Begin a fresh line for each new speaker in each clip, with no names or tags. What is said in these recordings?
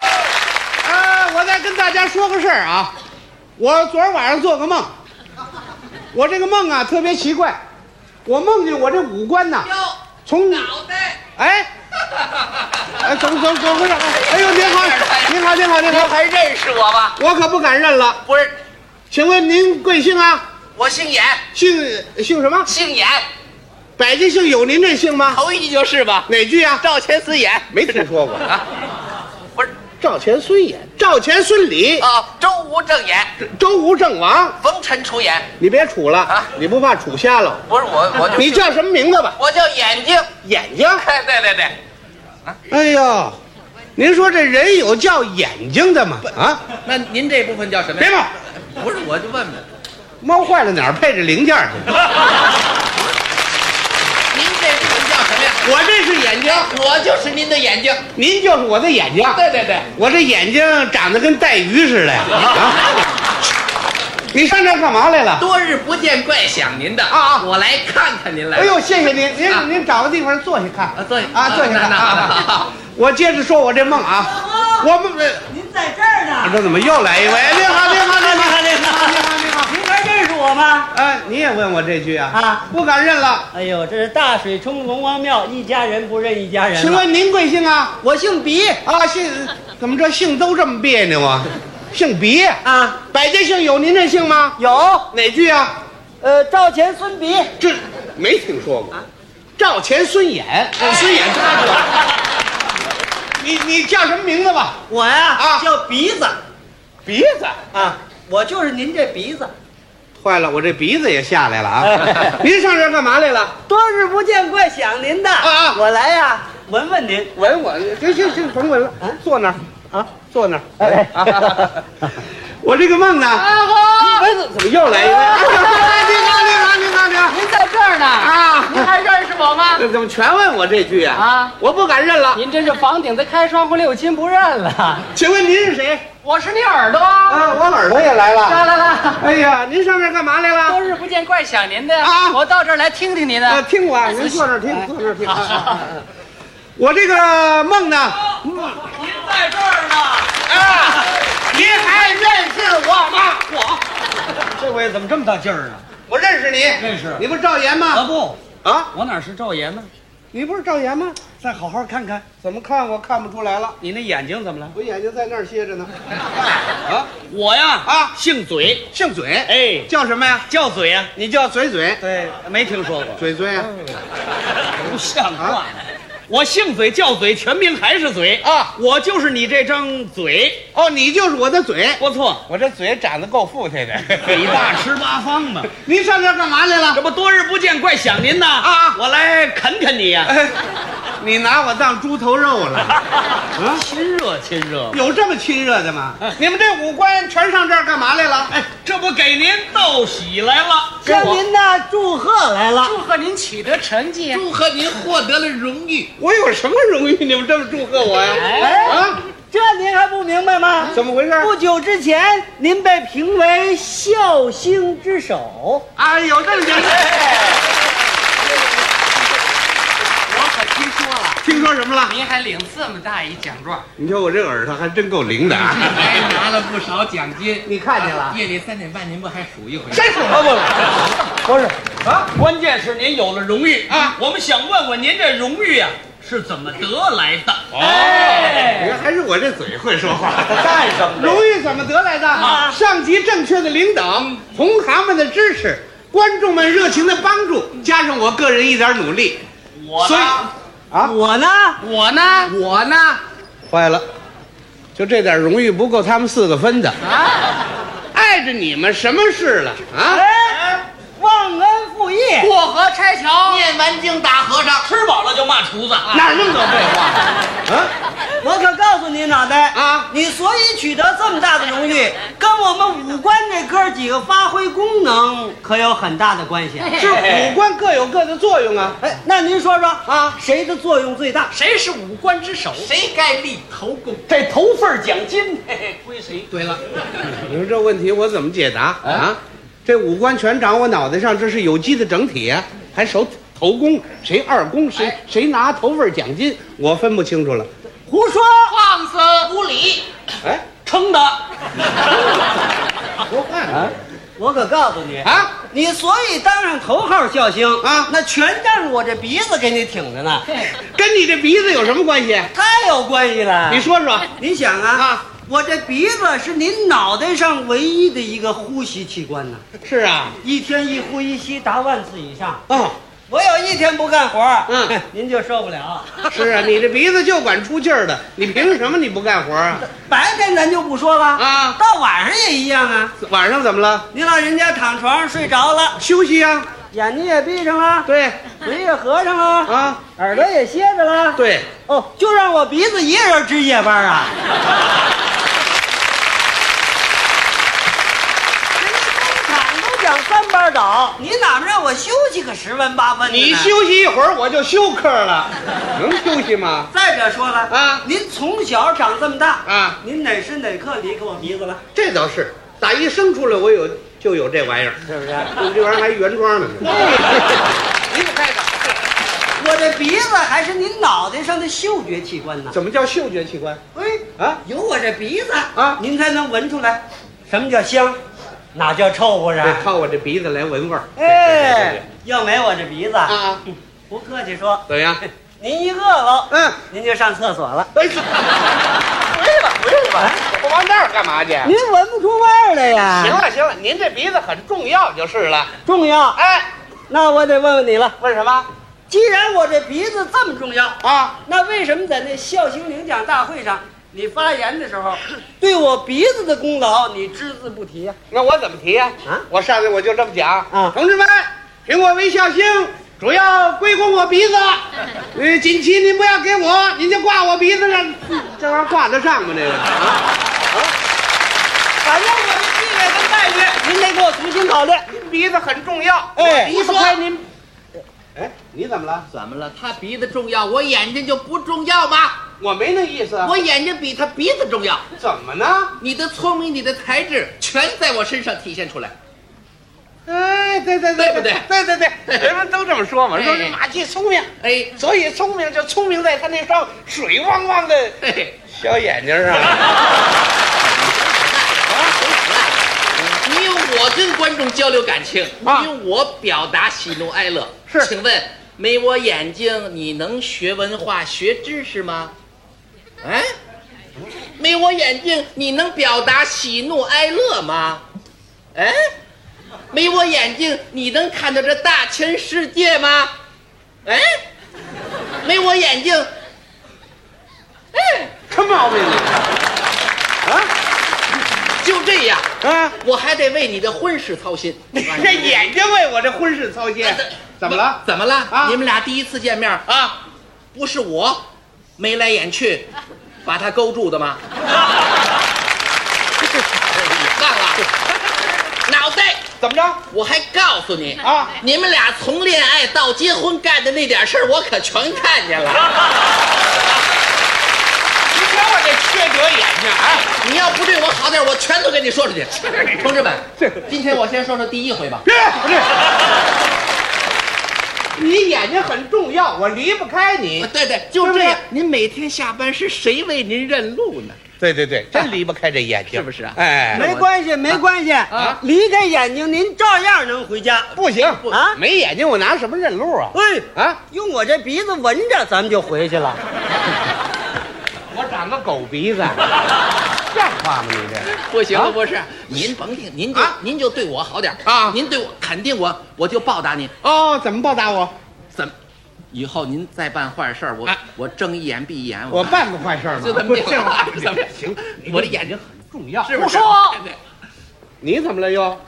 来啊跟大家说个事儿啊，我昨儿晚上做个梦，我这个梦啊特别奇怪，我梦见我这五官呐，
哟，
从你
脑袋，
哎，哎怎么怎么怎么回事？哎呦，您好，您好，您好，您
您
好，
还认识我吗？
我可不敢认了。
不是，
请问您贵姓啊？
我姓演，
姓姓什么？
姓演，
百家姓有您这姓吗？
头一句就是吧？
哪句啊？
赵钱孙演，
没听说过。
啊不是
赵钱孙演，赵钱孙李，
啊，周吴郑演，
周吴郑王。
冯陈楚演，
你别杵了，
啊
你不怕杵瞎了？
不是我，我就
你叫什么名字吧？
我叫眼睛，
眼睛。
哎，对对对，
哎呦，您说这人有叫眼睛的吗？啊，
那您这部分叫什么
别
呀？
闹，
不是，我就问问，
猫坏了哪儿配着零件去？
您这部分叫什么呀？
我这是眼睛，
我就是您的眼睛，
您就是我的眼睛。
对对对，
我这眼睛长得跟带鱼似的呀！啊，你上这儿干嘛来了？
多日不见，怪想您的
啊啊
我来看看您来
哎
了。
呦，谢谢您，
啊
您您找个地方坐下看
啊坐下
啊，坐下看
那那那那
啊。我接着说我这梦啊，我梦呃
哦您在这儿呢？
这怎么又来一位？您好，您好，您好，您好，您好，您好。
您还认识我吗？
哎，你也问我这句啊？
啊
不敢认了。
哎呦，这是大水冲龙王庙，一家人不认一家人了。
请问您贵姓啊？
我姓鼻
啊，姓怎么这姓都这么别扭啊？姓鼻，
啊？
百家姓有您这姓吗？
有，
哪句啊？
呃，赵钱孙鼻，
这没听说过。赵钱孙衍，啊孙衍他哥。你你叫什么名字吧？
我呀、
啊
叫鼻子
鼻子
啊，我就是您这鼻子。
坏了，我这鼻子也下来了 啊！您上这儿干嘛来了？
多日不见，怪想您的
啊啊
我来呀、闻闻您
闻我，行行行，甭闻了，坐那儿
啊，
坐那儿。
哎
啊我这个梦呢？哎怎么又来一位？你好，你好，你好，你好。
您在这儿呢，您
啊，
还认识我吗？
这怎么全问我这句啊？
啊，
我不敢认了。
您真是房顶子开窗户六亲不认了。
请问您是谁？
我是你耳朵，
啊，我耳朵也来
来
了。
来来，
哎呀，您上这儿干嘛来
多
了？
日不见，怪想您的
啊
我到这儿来听听您
呃，
的。
听我啊，您坐这儿听，坐这儿听。啊啊啊啊我这个梦呢？
您在这儿呢。
啊，您还认识我吗？我，
这回怎么这么大劲儿呢？
我认识你，啊认
识
你不是赵岩
啊
吗？
不，
啊，
我哪是赵爷呢？
你不是赵岩吗？
再好好看看，
怎么看我看不出来了？
你那眼睛怎么了？
我眼睛在那儿歇着呢。 啊，
我呀
啊
姓嘴，
姓嘴，
哎，
叫什么呀？
叫嘴啊呀、
你叫嘴嘴，
对，没听说过。
嘴嘴啊。
不像话！我姓嘴叫嘴，全名还是嘴
啊！
我就是你这张嘴，
哦，你就是我的嘴。
不错，
我这嘴长得够富态的。
北大吃八方 嘛。
您上这儿干嘛来
这
了？
不多日不见，怪想您呐！
啊
我来啃啃你呀、
哎，你拿我当猪头肉了？ 啊，
亲热亲热。
有这么亲热的吗？你们这五官全上这儿干嘛来了？哎，
这不给您道喜来了，
跟您
呢祝贺来了。
祝贺您取得成绩，
祝贺您获得了荣誉。
我有什么荣誉？你们这么祝贺我呀？
哎
啊，
这您还不明白吗？
怎么回事？
久之前，您被评为孝星之首。
哎呦，这人
我可听说了，
听说什么了？
您还领这么大一奖状，
你瞧我这耳朵还真够灵的啊！
还哎拿了不少奖金。
你看见了？
夜里三点半，您不还数一回？
真是
啊不，不是啊，关键是您有了荣誉
啊
我们想问问您这荣誉啊是怎么得来的？
哦
你
哎，
看还是我这嘴会说话。
干什么的
荣誉怎么得来的？
啊
上级正确的领导，同行们的支持，观众们热情的帮助，加上我个人一点努力，
我
所以
呢？
啊，
我呢？
我呢，我呢，
坏了，就这点荣誉不够他们四个分的。
啊，
碍着你们什么事了啊？
哎，忘恩负义，
过河拆桥，
念完经打和尚，
吃饱了就骂厨子啊！
哪儿那么多废话？
我可告诉你，脑袋
啊啊！
你所以取得这么大的荣誉，跟我们五官这哥几个发挥功能可有很大的关系。啊
是五官各有各的作用啊。
哎，那您说说啊，谁的作用最大？
谁是五官之首？
谁该立头功？
这头份儿奖金嘿嘿归谁？
对了，
哎你说这问题我怎么解答啊？这五官全长我脑袋上，这是有机的整体啊，还手头功，谁二功，谁谁拿头份奖金，我分不清楚了。
胡说，
放肆无礼，
哎，
撑的。
啊
我可告诉你，
啊！
你所以当上头号笑星
啊
那全仗着我这鼻子给你挺着呢，
跟你这鼻子有什么关系？
太有关系了。
你，说说，
你想啊，
啊
我这鼻子是您脑袋上唯一的一个呼吸器官呢，
是啊，
一天一呼一吸达万次以上。
哦，
我有一天不干活，
嗯，
您就受不了。
是啊，你这鼻子就管出气儿的，你凭什么你不干活啊？
白天咱就不说了
啊
到晚上也一样啊。
晚上怎么了？
你老人家躺床上睡着了，
休息呀，
眼睛也闭上了，
对
嘴也合上了，
啊，
耳朵也歇着了。，
对，
哦，就让我鼻子一个人值夜班 啊。人家工厂都讲三班倒，你哪能让我休息个十分八分的呢
你休息一会儿我就休克了，能休息吗？
再者说了
啊
您从小长这么大
啊，
您哪时哪刻离开我鼻子了？
这倒是，打一生出来我有就有这玩意儿，
是不是？
我这玩意儿还原装的呢。
你可太搞了。
我这鼻子还是您脑袋上的嗅觉器官呢。
怎么叫嗅觉器官
喂，
啊？
有我这鼻子
啊
您才能闻出来什么叫香，哪叫臭不是？啊
得靠我这鼻子来闻味儿。对，对对
哎
对，
要没我这鼻子，
对啊，
不客气说，
怎么样？
您一饿了，
嗯，
您就上厕所了。啊
哎，不是吧，不是吧，我往这儿干嘛去？
您闻不出味儿来呀
行，了行了，您这鼻子很重要就是了。
重要。
哎，
那我得问问你了，
问什么
既然我这鼻子这么重要，
啊？
那为什么在那笑星领奖大会上，你发言的时 候，对我鼻子的功劳你只字不提呀、
那我怎么提呀、
啊
我上去我就这么讲
嗯
同志们，评我为笑星，主要归功我 鼻子。呃，锦旗您不要给我，您就挂我鼻子上，嗯这玩意儿挂得上吗？这个啊，
反正我的地位跟待遇，您得给我重新考虑。
您鼻子很重要。
哎
离不开您。哎，你怎么了？
怎么了？他鼻子重要，我眼睛就不重要吗？
我没那意思啊。
我眼睛比他鼻子重要。
怎么呢？
你的聪明，你的才智，全在我身上体现出来。
哎，对对
对不对
对对对， 人们都这么说嘛，
哎
说这马季聪明，
哎，
所以聪明就聪明在他那双水汪汪的
嘿嘿，
小眼睛上。
你用我跟观众交流感情，
啊
你用我表达喜怒哀乐。
是
请问没我眼睛，你能学文化、学知识吗？哎，没我眼睛，你能表达喜怒哀乐吗？哎，没我眼睛，你能看到这大千世界吗？哎，没我眼睛，哎，
什么毛病啊？
就这样，
啊！
我还得为你的婚事操心。
这 眼睛为我这婚事操心，哎怎么了？
哎怎么了？
啊
你们俩第一次见面啊，不是我眉来眼去把他勾住 的吗？忘了，脑袋！
怎么着？
我还告诉你
啊
你们俩从恋爱到结婚干的那点事儿，我可全看见了。
你瞧我这缺德眼睛啊！
你要不对我好点，我全都给你说出去。同志们，今天我先说说第一回吧。
别不是，你眼睛很重要，我离不开你。
啊对对，就这
对不
样
对。
您每天下班是谁为您认路呢？
对对对，真哎离不开这眼睛，
是不是啊
哎，
没关系，没关系
啊
离开眼睛您照样能回家
不行
啊
没眼睛我拿什么认路啊？
哎
喂，
啊，
用我这鼻子闻着，咱们就回去了。
我长个狗鼻 子，像话吗？你这
不行
啊
了，不是，您甭听，您就
啊
您就对我好点儿
啊
您对我肯定我，我就报答您。
哦，怎么报答我？
怎么？以后您再办坏事儿，我
啊
我睁一眼闭一眼，
我办过坏事吗？
就这么 定
不是吧
怎么
行，
我的眼睛
很重要。
是不是？
你怎么了又？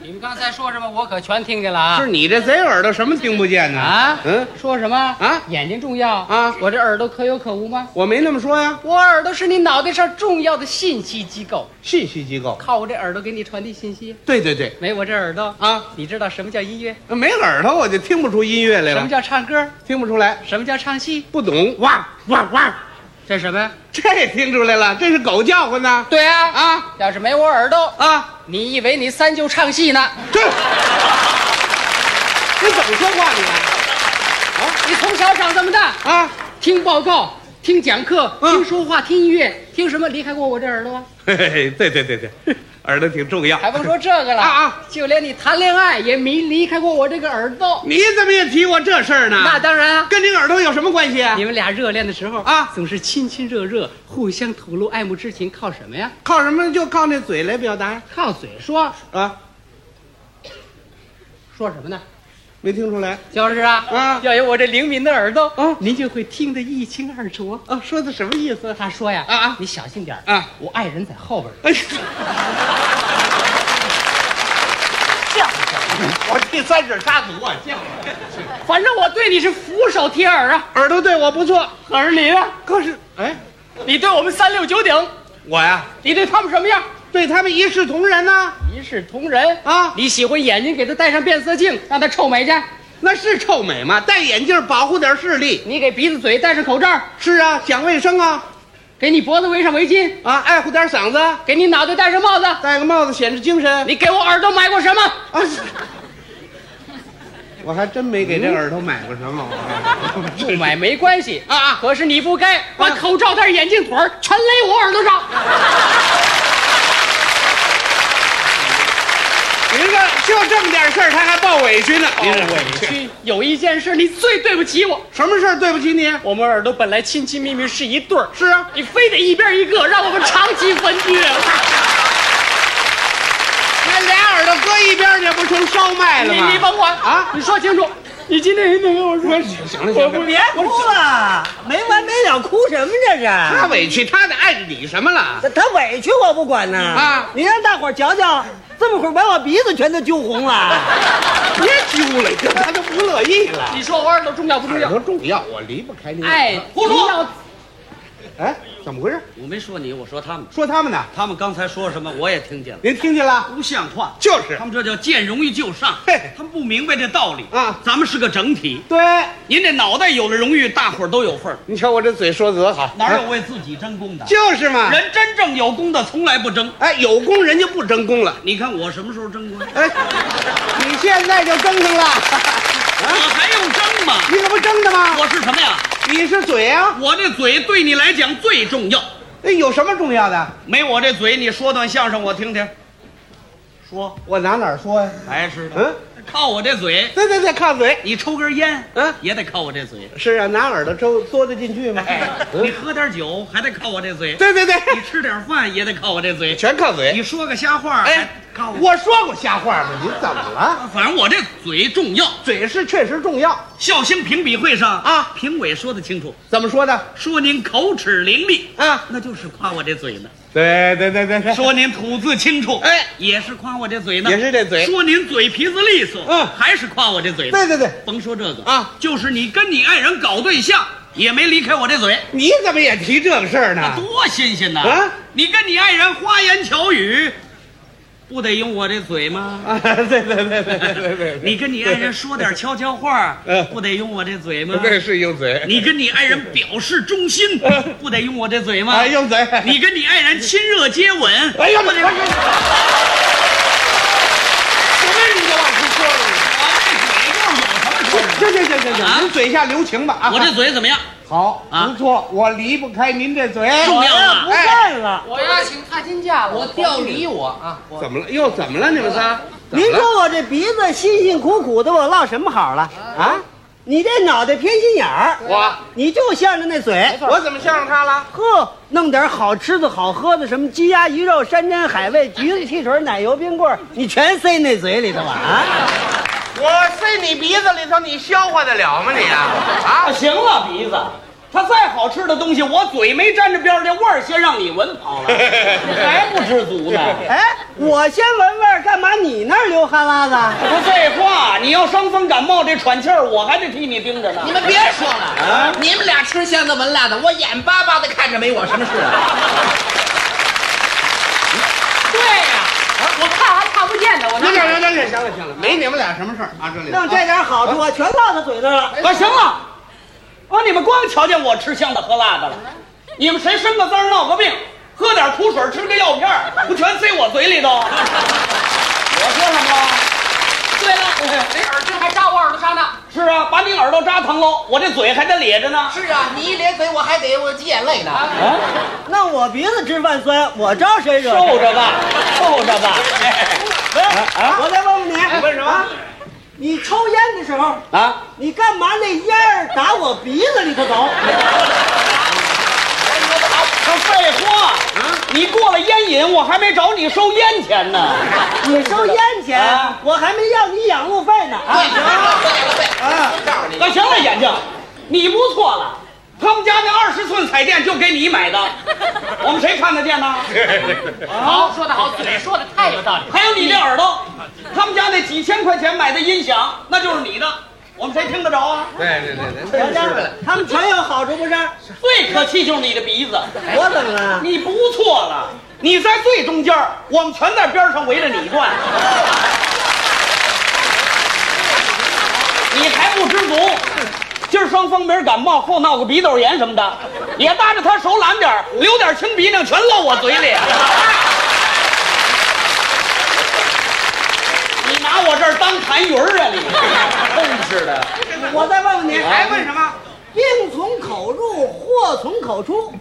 你们刚才说什么？我可全听见了啊！
是你这贼耳朵什么听不见呢？
啊，
嗯，
说什么
啊
眼睛重要
啊
我这耳朵可有可无吗？
我没那么说呀。
我耳朵是你脑袋上重要的信息机构，
信息机构，
靠我这耳朵给你传递信息。
对对对，
没我这耳朵，
啊，
你知道什么叫音乐？
没耳朵我就听不出音乐来
什么
了，
叫唱歌？
听不出来，
什么叫唱戏？
不懂。哇哇哇，
这是什么呀？
这听出来了，这是狗叫唤呢。
对啊，
啊
要是没我耳朵，
啊，
你以为你三舅唱戏呢？
这你怎么说话你啊
你从小长这么大，
啊？
听报告，听讲课，
嗯
听说话，听音乐，听什么离开过我这耳朵啊？
嘿嘿嘿，对对对对，耳朵挺重要。
还甭说这个了
啊啊，
就连你谈恋爱也没离开过我这个耳朵。
你怎么也提我这事儿呢？
那当然啊，
跟这个耳朵有什么关系啊
你？们俩热恋的时候
啊
总是亲亲热热，互相吐露爱慕之情，靠什么呀？
靠什么？就靠那嘴来表达呀
靠嘴说，
啊？
说什么呢？
没听出来
就是啊，
啊
要有我这灵敏的耳朵，
嗯
您就会听得一清二楚。哦
啊？说的什么意思？
他说呀，
啊啊
你小心点儿
啊
我爱人在后边儿。
哎呀，
我第三指插足啊，见过。
反正我对你是俯首贴耳啊，
耳朵对我不错，
耳你啊，
可是哎，
你对我们三六九鼎，
我呀
你对他们什么样？
对他们一视同仁呐
一视同仁啊！
啊，
你喜欢眼睛，给他戴上变色镜，让他臭美去；
那是臭美吗？戴眼镜保护点视力。
你给鼻子、嘴戴上口罩，
是啊，讲卫生啊
给你脖子围上围巾，
啊，爱护点嗓子，
给你脑袋戴上帽子。
戴个帽子显示精神。
你给我耳朵买过什么？
啊， 是我还真没给这耳朵买过什么。我
不买没关系
啊啊
可是你不该把
啊
口罩戴、眼镜腿儿全勒我耳朵上。
您这就这么点事儿，他还抱委屈呢。您这
委屈。有一件事，你最对不起我。
什么事儿？对不起你。
我们耳朵本来亲亲密密是一对儿，
是啊，
你非得一边一个，让我们长期分居。啊
那俩耳朵搁一边儿去，不成烧麦了
你
吗？
你甭管
啊
你说清楚，你今天一定跟我说。
行了行了，
别哭了，没完没了，哭什么这
他
是？
委屈，他得碍着你什么了？
他他委屈我不管呢
啊
你让大伙儿瞧瞧，这么会儿把我鼻子全都揪红了。
别揪了，这他都不乐意了。
你说我耳朵重要不重
耳
要？
朵重要，我离不开你。
哎，
胡说
你要
哎，怎么回事？
我没说你，我说他们，
说他们呢？
他们刚才说什么我也听见了，
您听见了？
不像话。
就是
他们这叫见荣誉就上，
嘿
他们不明白这道理
啊
咱们是个整体，
对，
您这脑袋有了荣誉，大伙儿都有份儿，
你瞧我这嘴说得多好，
哪
啊
有为自己争功的？
就是嘛。
人真正有功的从来不争。
哎，有功人就不争功了。
你看我什么时候争功？
哎，你现在就争上了，啊
我还用争吗？
你可不争的吗？
我是什么呀？
你是嘴啊，
我这嘴对你来讲最重要，
那有什么重要的？
没我这嘴，你说段相声我听听。说
我拿哪儿说呀、
还是的，
嗯，
靠我这嘴，
对对对，靠嘴。
你抽根烟，
嗯
也得靠我这嘴。
是啊，拿耳朵周嘬得进去吗？
哎，你
嗯，
喝点酒还得靠我这嘴，
对对对，
你吃点饭也得靠我这嘴，
全靠嘴。
你说个瞎话，
哎
哎，靠，我，
我说过瞎话吗？你怎么了？
反正我这嘴重要。
嘴是确实重要。
孝兴评比会上
啊
评委说的清楚，
怎么说的？
说您口齿伶俐，
啊，
那就是夸我这嘴呢；
对对对对对，
说您吐字清楚，
哎，
也是夸我这嘴呢；
也是这嘴
说您嘴皮子利索，
嗯
还是夸我这嘴呢。
对对对，
甭说这个
啊，
就是你跟你爱人搞对象，也没离开我这嘴，
你怎么也提这个事儿呢？
多新鲜呐！
啊，
你跟你爱人花言巧语，不得用我这嘴吗？
啊，对对对对对对对，
你跟你爱人说点悄悄话
嗯，
不得用我这嘴吗？
对是用嘴，
你跟你爱人表示忠心，不得用我这嘴吗
啊？用嘴，
你跟你爱人亲热接吻，
哎呀
不
我的
得用
妈！
我
什
这
么你都往出说了？
嘴就是有什么
行行行行
说
行，您嘴下留情吧啊！
的？我这嘴怎么样？
好，不错，我离不开您这嘴。
重要啊！
哎
干了，
我要请他金假，我调离我啊！
怎么了？又怎么了？你们仨？
您说我这鼻子辛辛苦苦的，我落什么好了？
啊？
你这脑袋偏心眼儿，
我
你就向着那嘴，
我怎么向着他了？
呵，弄点好吃的好喝的，什么鸡鸭鱼肉、山珍海味、橘子汽水、奶油冰棍儿，你全塞那嘴里头了啊！
我塞你鼻子里头，你消化得了吗你 啊？啊？
行了，鼻子，他再好吃的东西，我嘴没沾着边儿，这味儿先让你闻跑 了，你还不知足呢？
哎，我先闻味儿，干嘛你那儿流哈喇子？
不废话，你要伤风感冒，这喘气儿我还得替你盯着呢
你。们别说了，你们俩吃香的闻辣的，我眼巴巴的看着没我什么事啊？
对呀、我看还看不见呢，我
行
那
行行行，行了行了，没你们俩什么事儿啊？这里头
弄这点好处啊，全落到嘴上了。
哎
啊，行了，啊，你们光瞧见我吃香的喝辣的了，你们谁生个滋儿闹个病，喝点苦水吃个药片 儿，不全塞我嘴 里头？我说什么了？
对了，那耳钉还扎我耳朵上呢。
是啊，把你耳朵扎疼喽，我这嘴还得咧着呢。
是啊，你一咧嘴，我啊还得我挤眼泪呢。
那我鼻子吃饭酸，我招谁惹谁？啊
受着吧，凑着 吧。哎啊
我再问问你，
问什么
啊你抽烟的时候，
啊，
你干嘛那烟儿打我鼻子里头走？
哎
他废话你过了烟瘾，我还没找你收烟钱 呢。
你收烟钱
啊，
我还没要你养路费呢啊！
那行了，眼镜，你不错了。他们家那二十寸彩电就给你买的，我们谁看得见呢？
好，说得好，嘴说的太有道理了。
还有你这耳朵，他们家那几千块钱买的音响，那就是你的，我们谁听得着啊？
对对对对，真是的。
他们全有好处不是？
最可气就是你的鼻子，
我怎么了？
你不错了，你在最中间儿，我们全在边上围着你转。你还不知足，今儿生风鼻感冒，后闹个鼻窦炎什么的，也搭着他手懒点儿流点清鼻涕，全漏我嘴里。你拿我这儿当痰盂儿啊你！真是的，
我再问问你，
还问什么？
病从口入，祸从口出，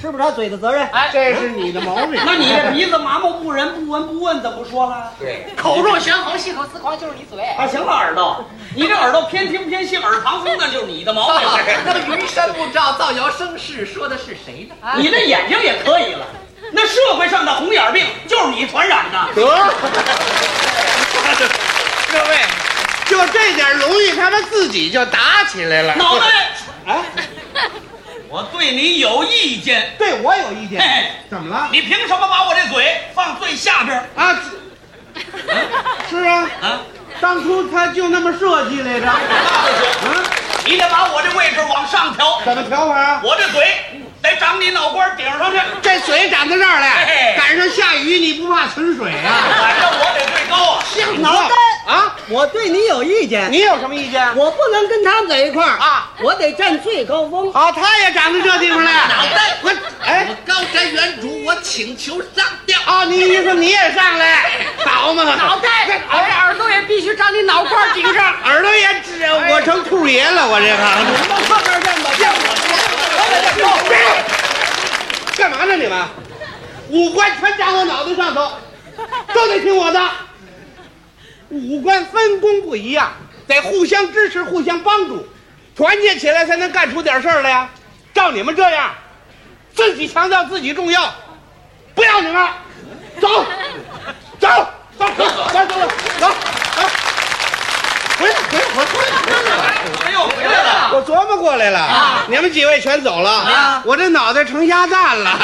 是不是他嘴的责任？
这是你的毛病。
那你这鼻子麻木不仁、不闻不问，怎么说了？
口若悬河，细口丝狂，就是你嘴。
啊，行了，耳朵，你这耳朵偏听偏信，耳旁风，那就是你的毛病。
那么云山雾罩，造谣生事，说的是谁呢？
你那眼睛也可以了，那社会上的红眼病就是你传染的。
各位，就这点荣誉，他们自己就打起来了。啊
脑袋， 我对你有意见。
对我有意
嘿嘿，
怎么了？
你凭什么把我这嘴放最下边儿
啊，是啊，
啊？
当初他就那么设计来 着。嗯，
你得把我这位置往上调，
怎么调法啊？
我这嘴得长你脑瓜顶上去。
这水长到这儿来
嘿，
赶上下雨你不怕存水啊？
反正我得最高啊！
脑袋
啊！
我对你有意见，
你有什么意见？
我不能跟他们在一块儿
啊，
我得占最高峰。
好，啊他也长到这地方来。
脑袋
我哎
我高瞻远瞩，我请求上吊。
哦，你意思你也上来？好嘛，
脑袋，而且耳朵也必须长你脑瓜顶上。
耳朵也指我成兔爷了，我这个。
到上边站吧，见我
别动干嘛呢你们？五官全长我脑袋上头，都得听我的。五官分工不一样，得互相支持、互相帮助，团结起来才能干出点事儿来呀。照你们这样，自己强调自己重要，不要你们，走，走，走，走，走，走，走，走，回来，回来，我回来。
哎呦，回来了。
我琢磨过来了，你们几位全走了，我这脑袋成鸭蛋了。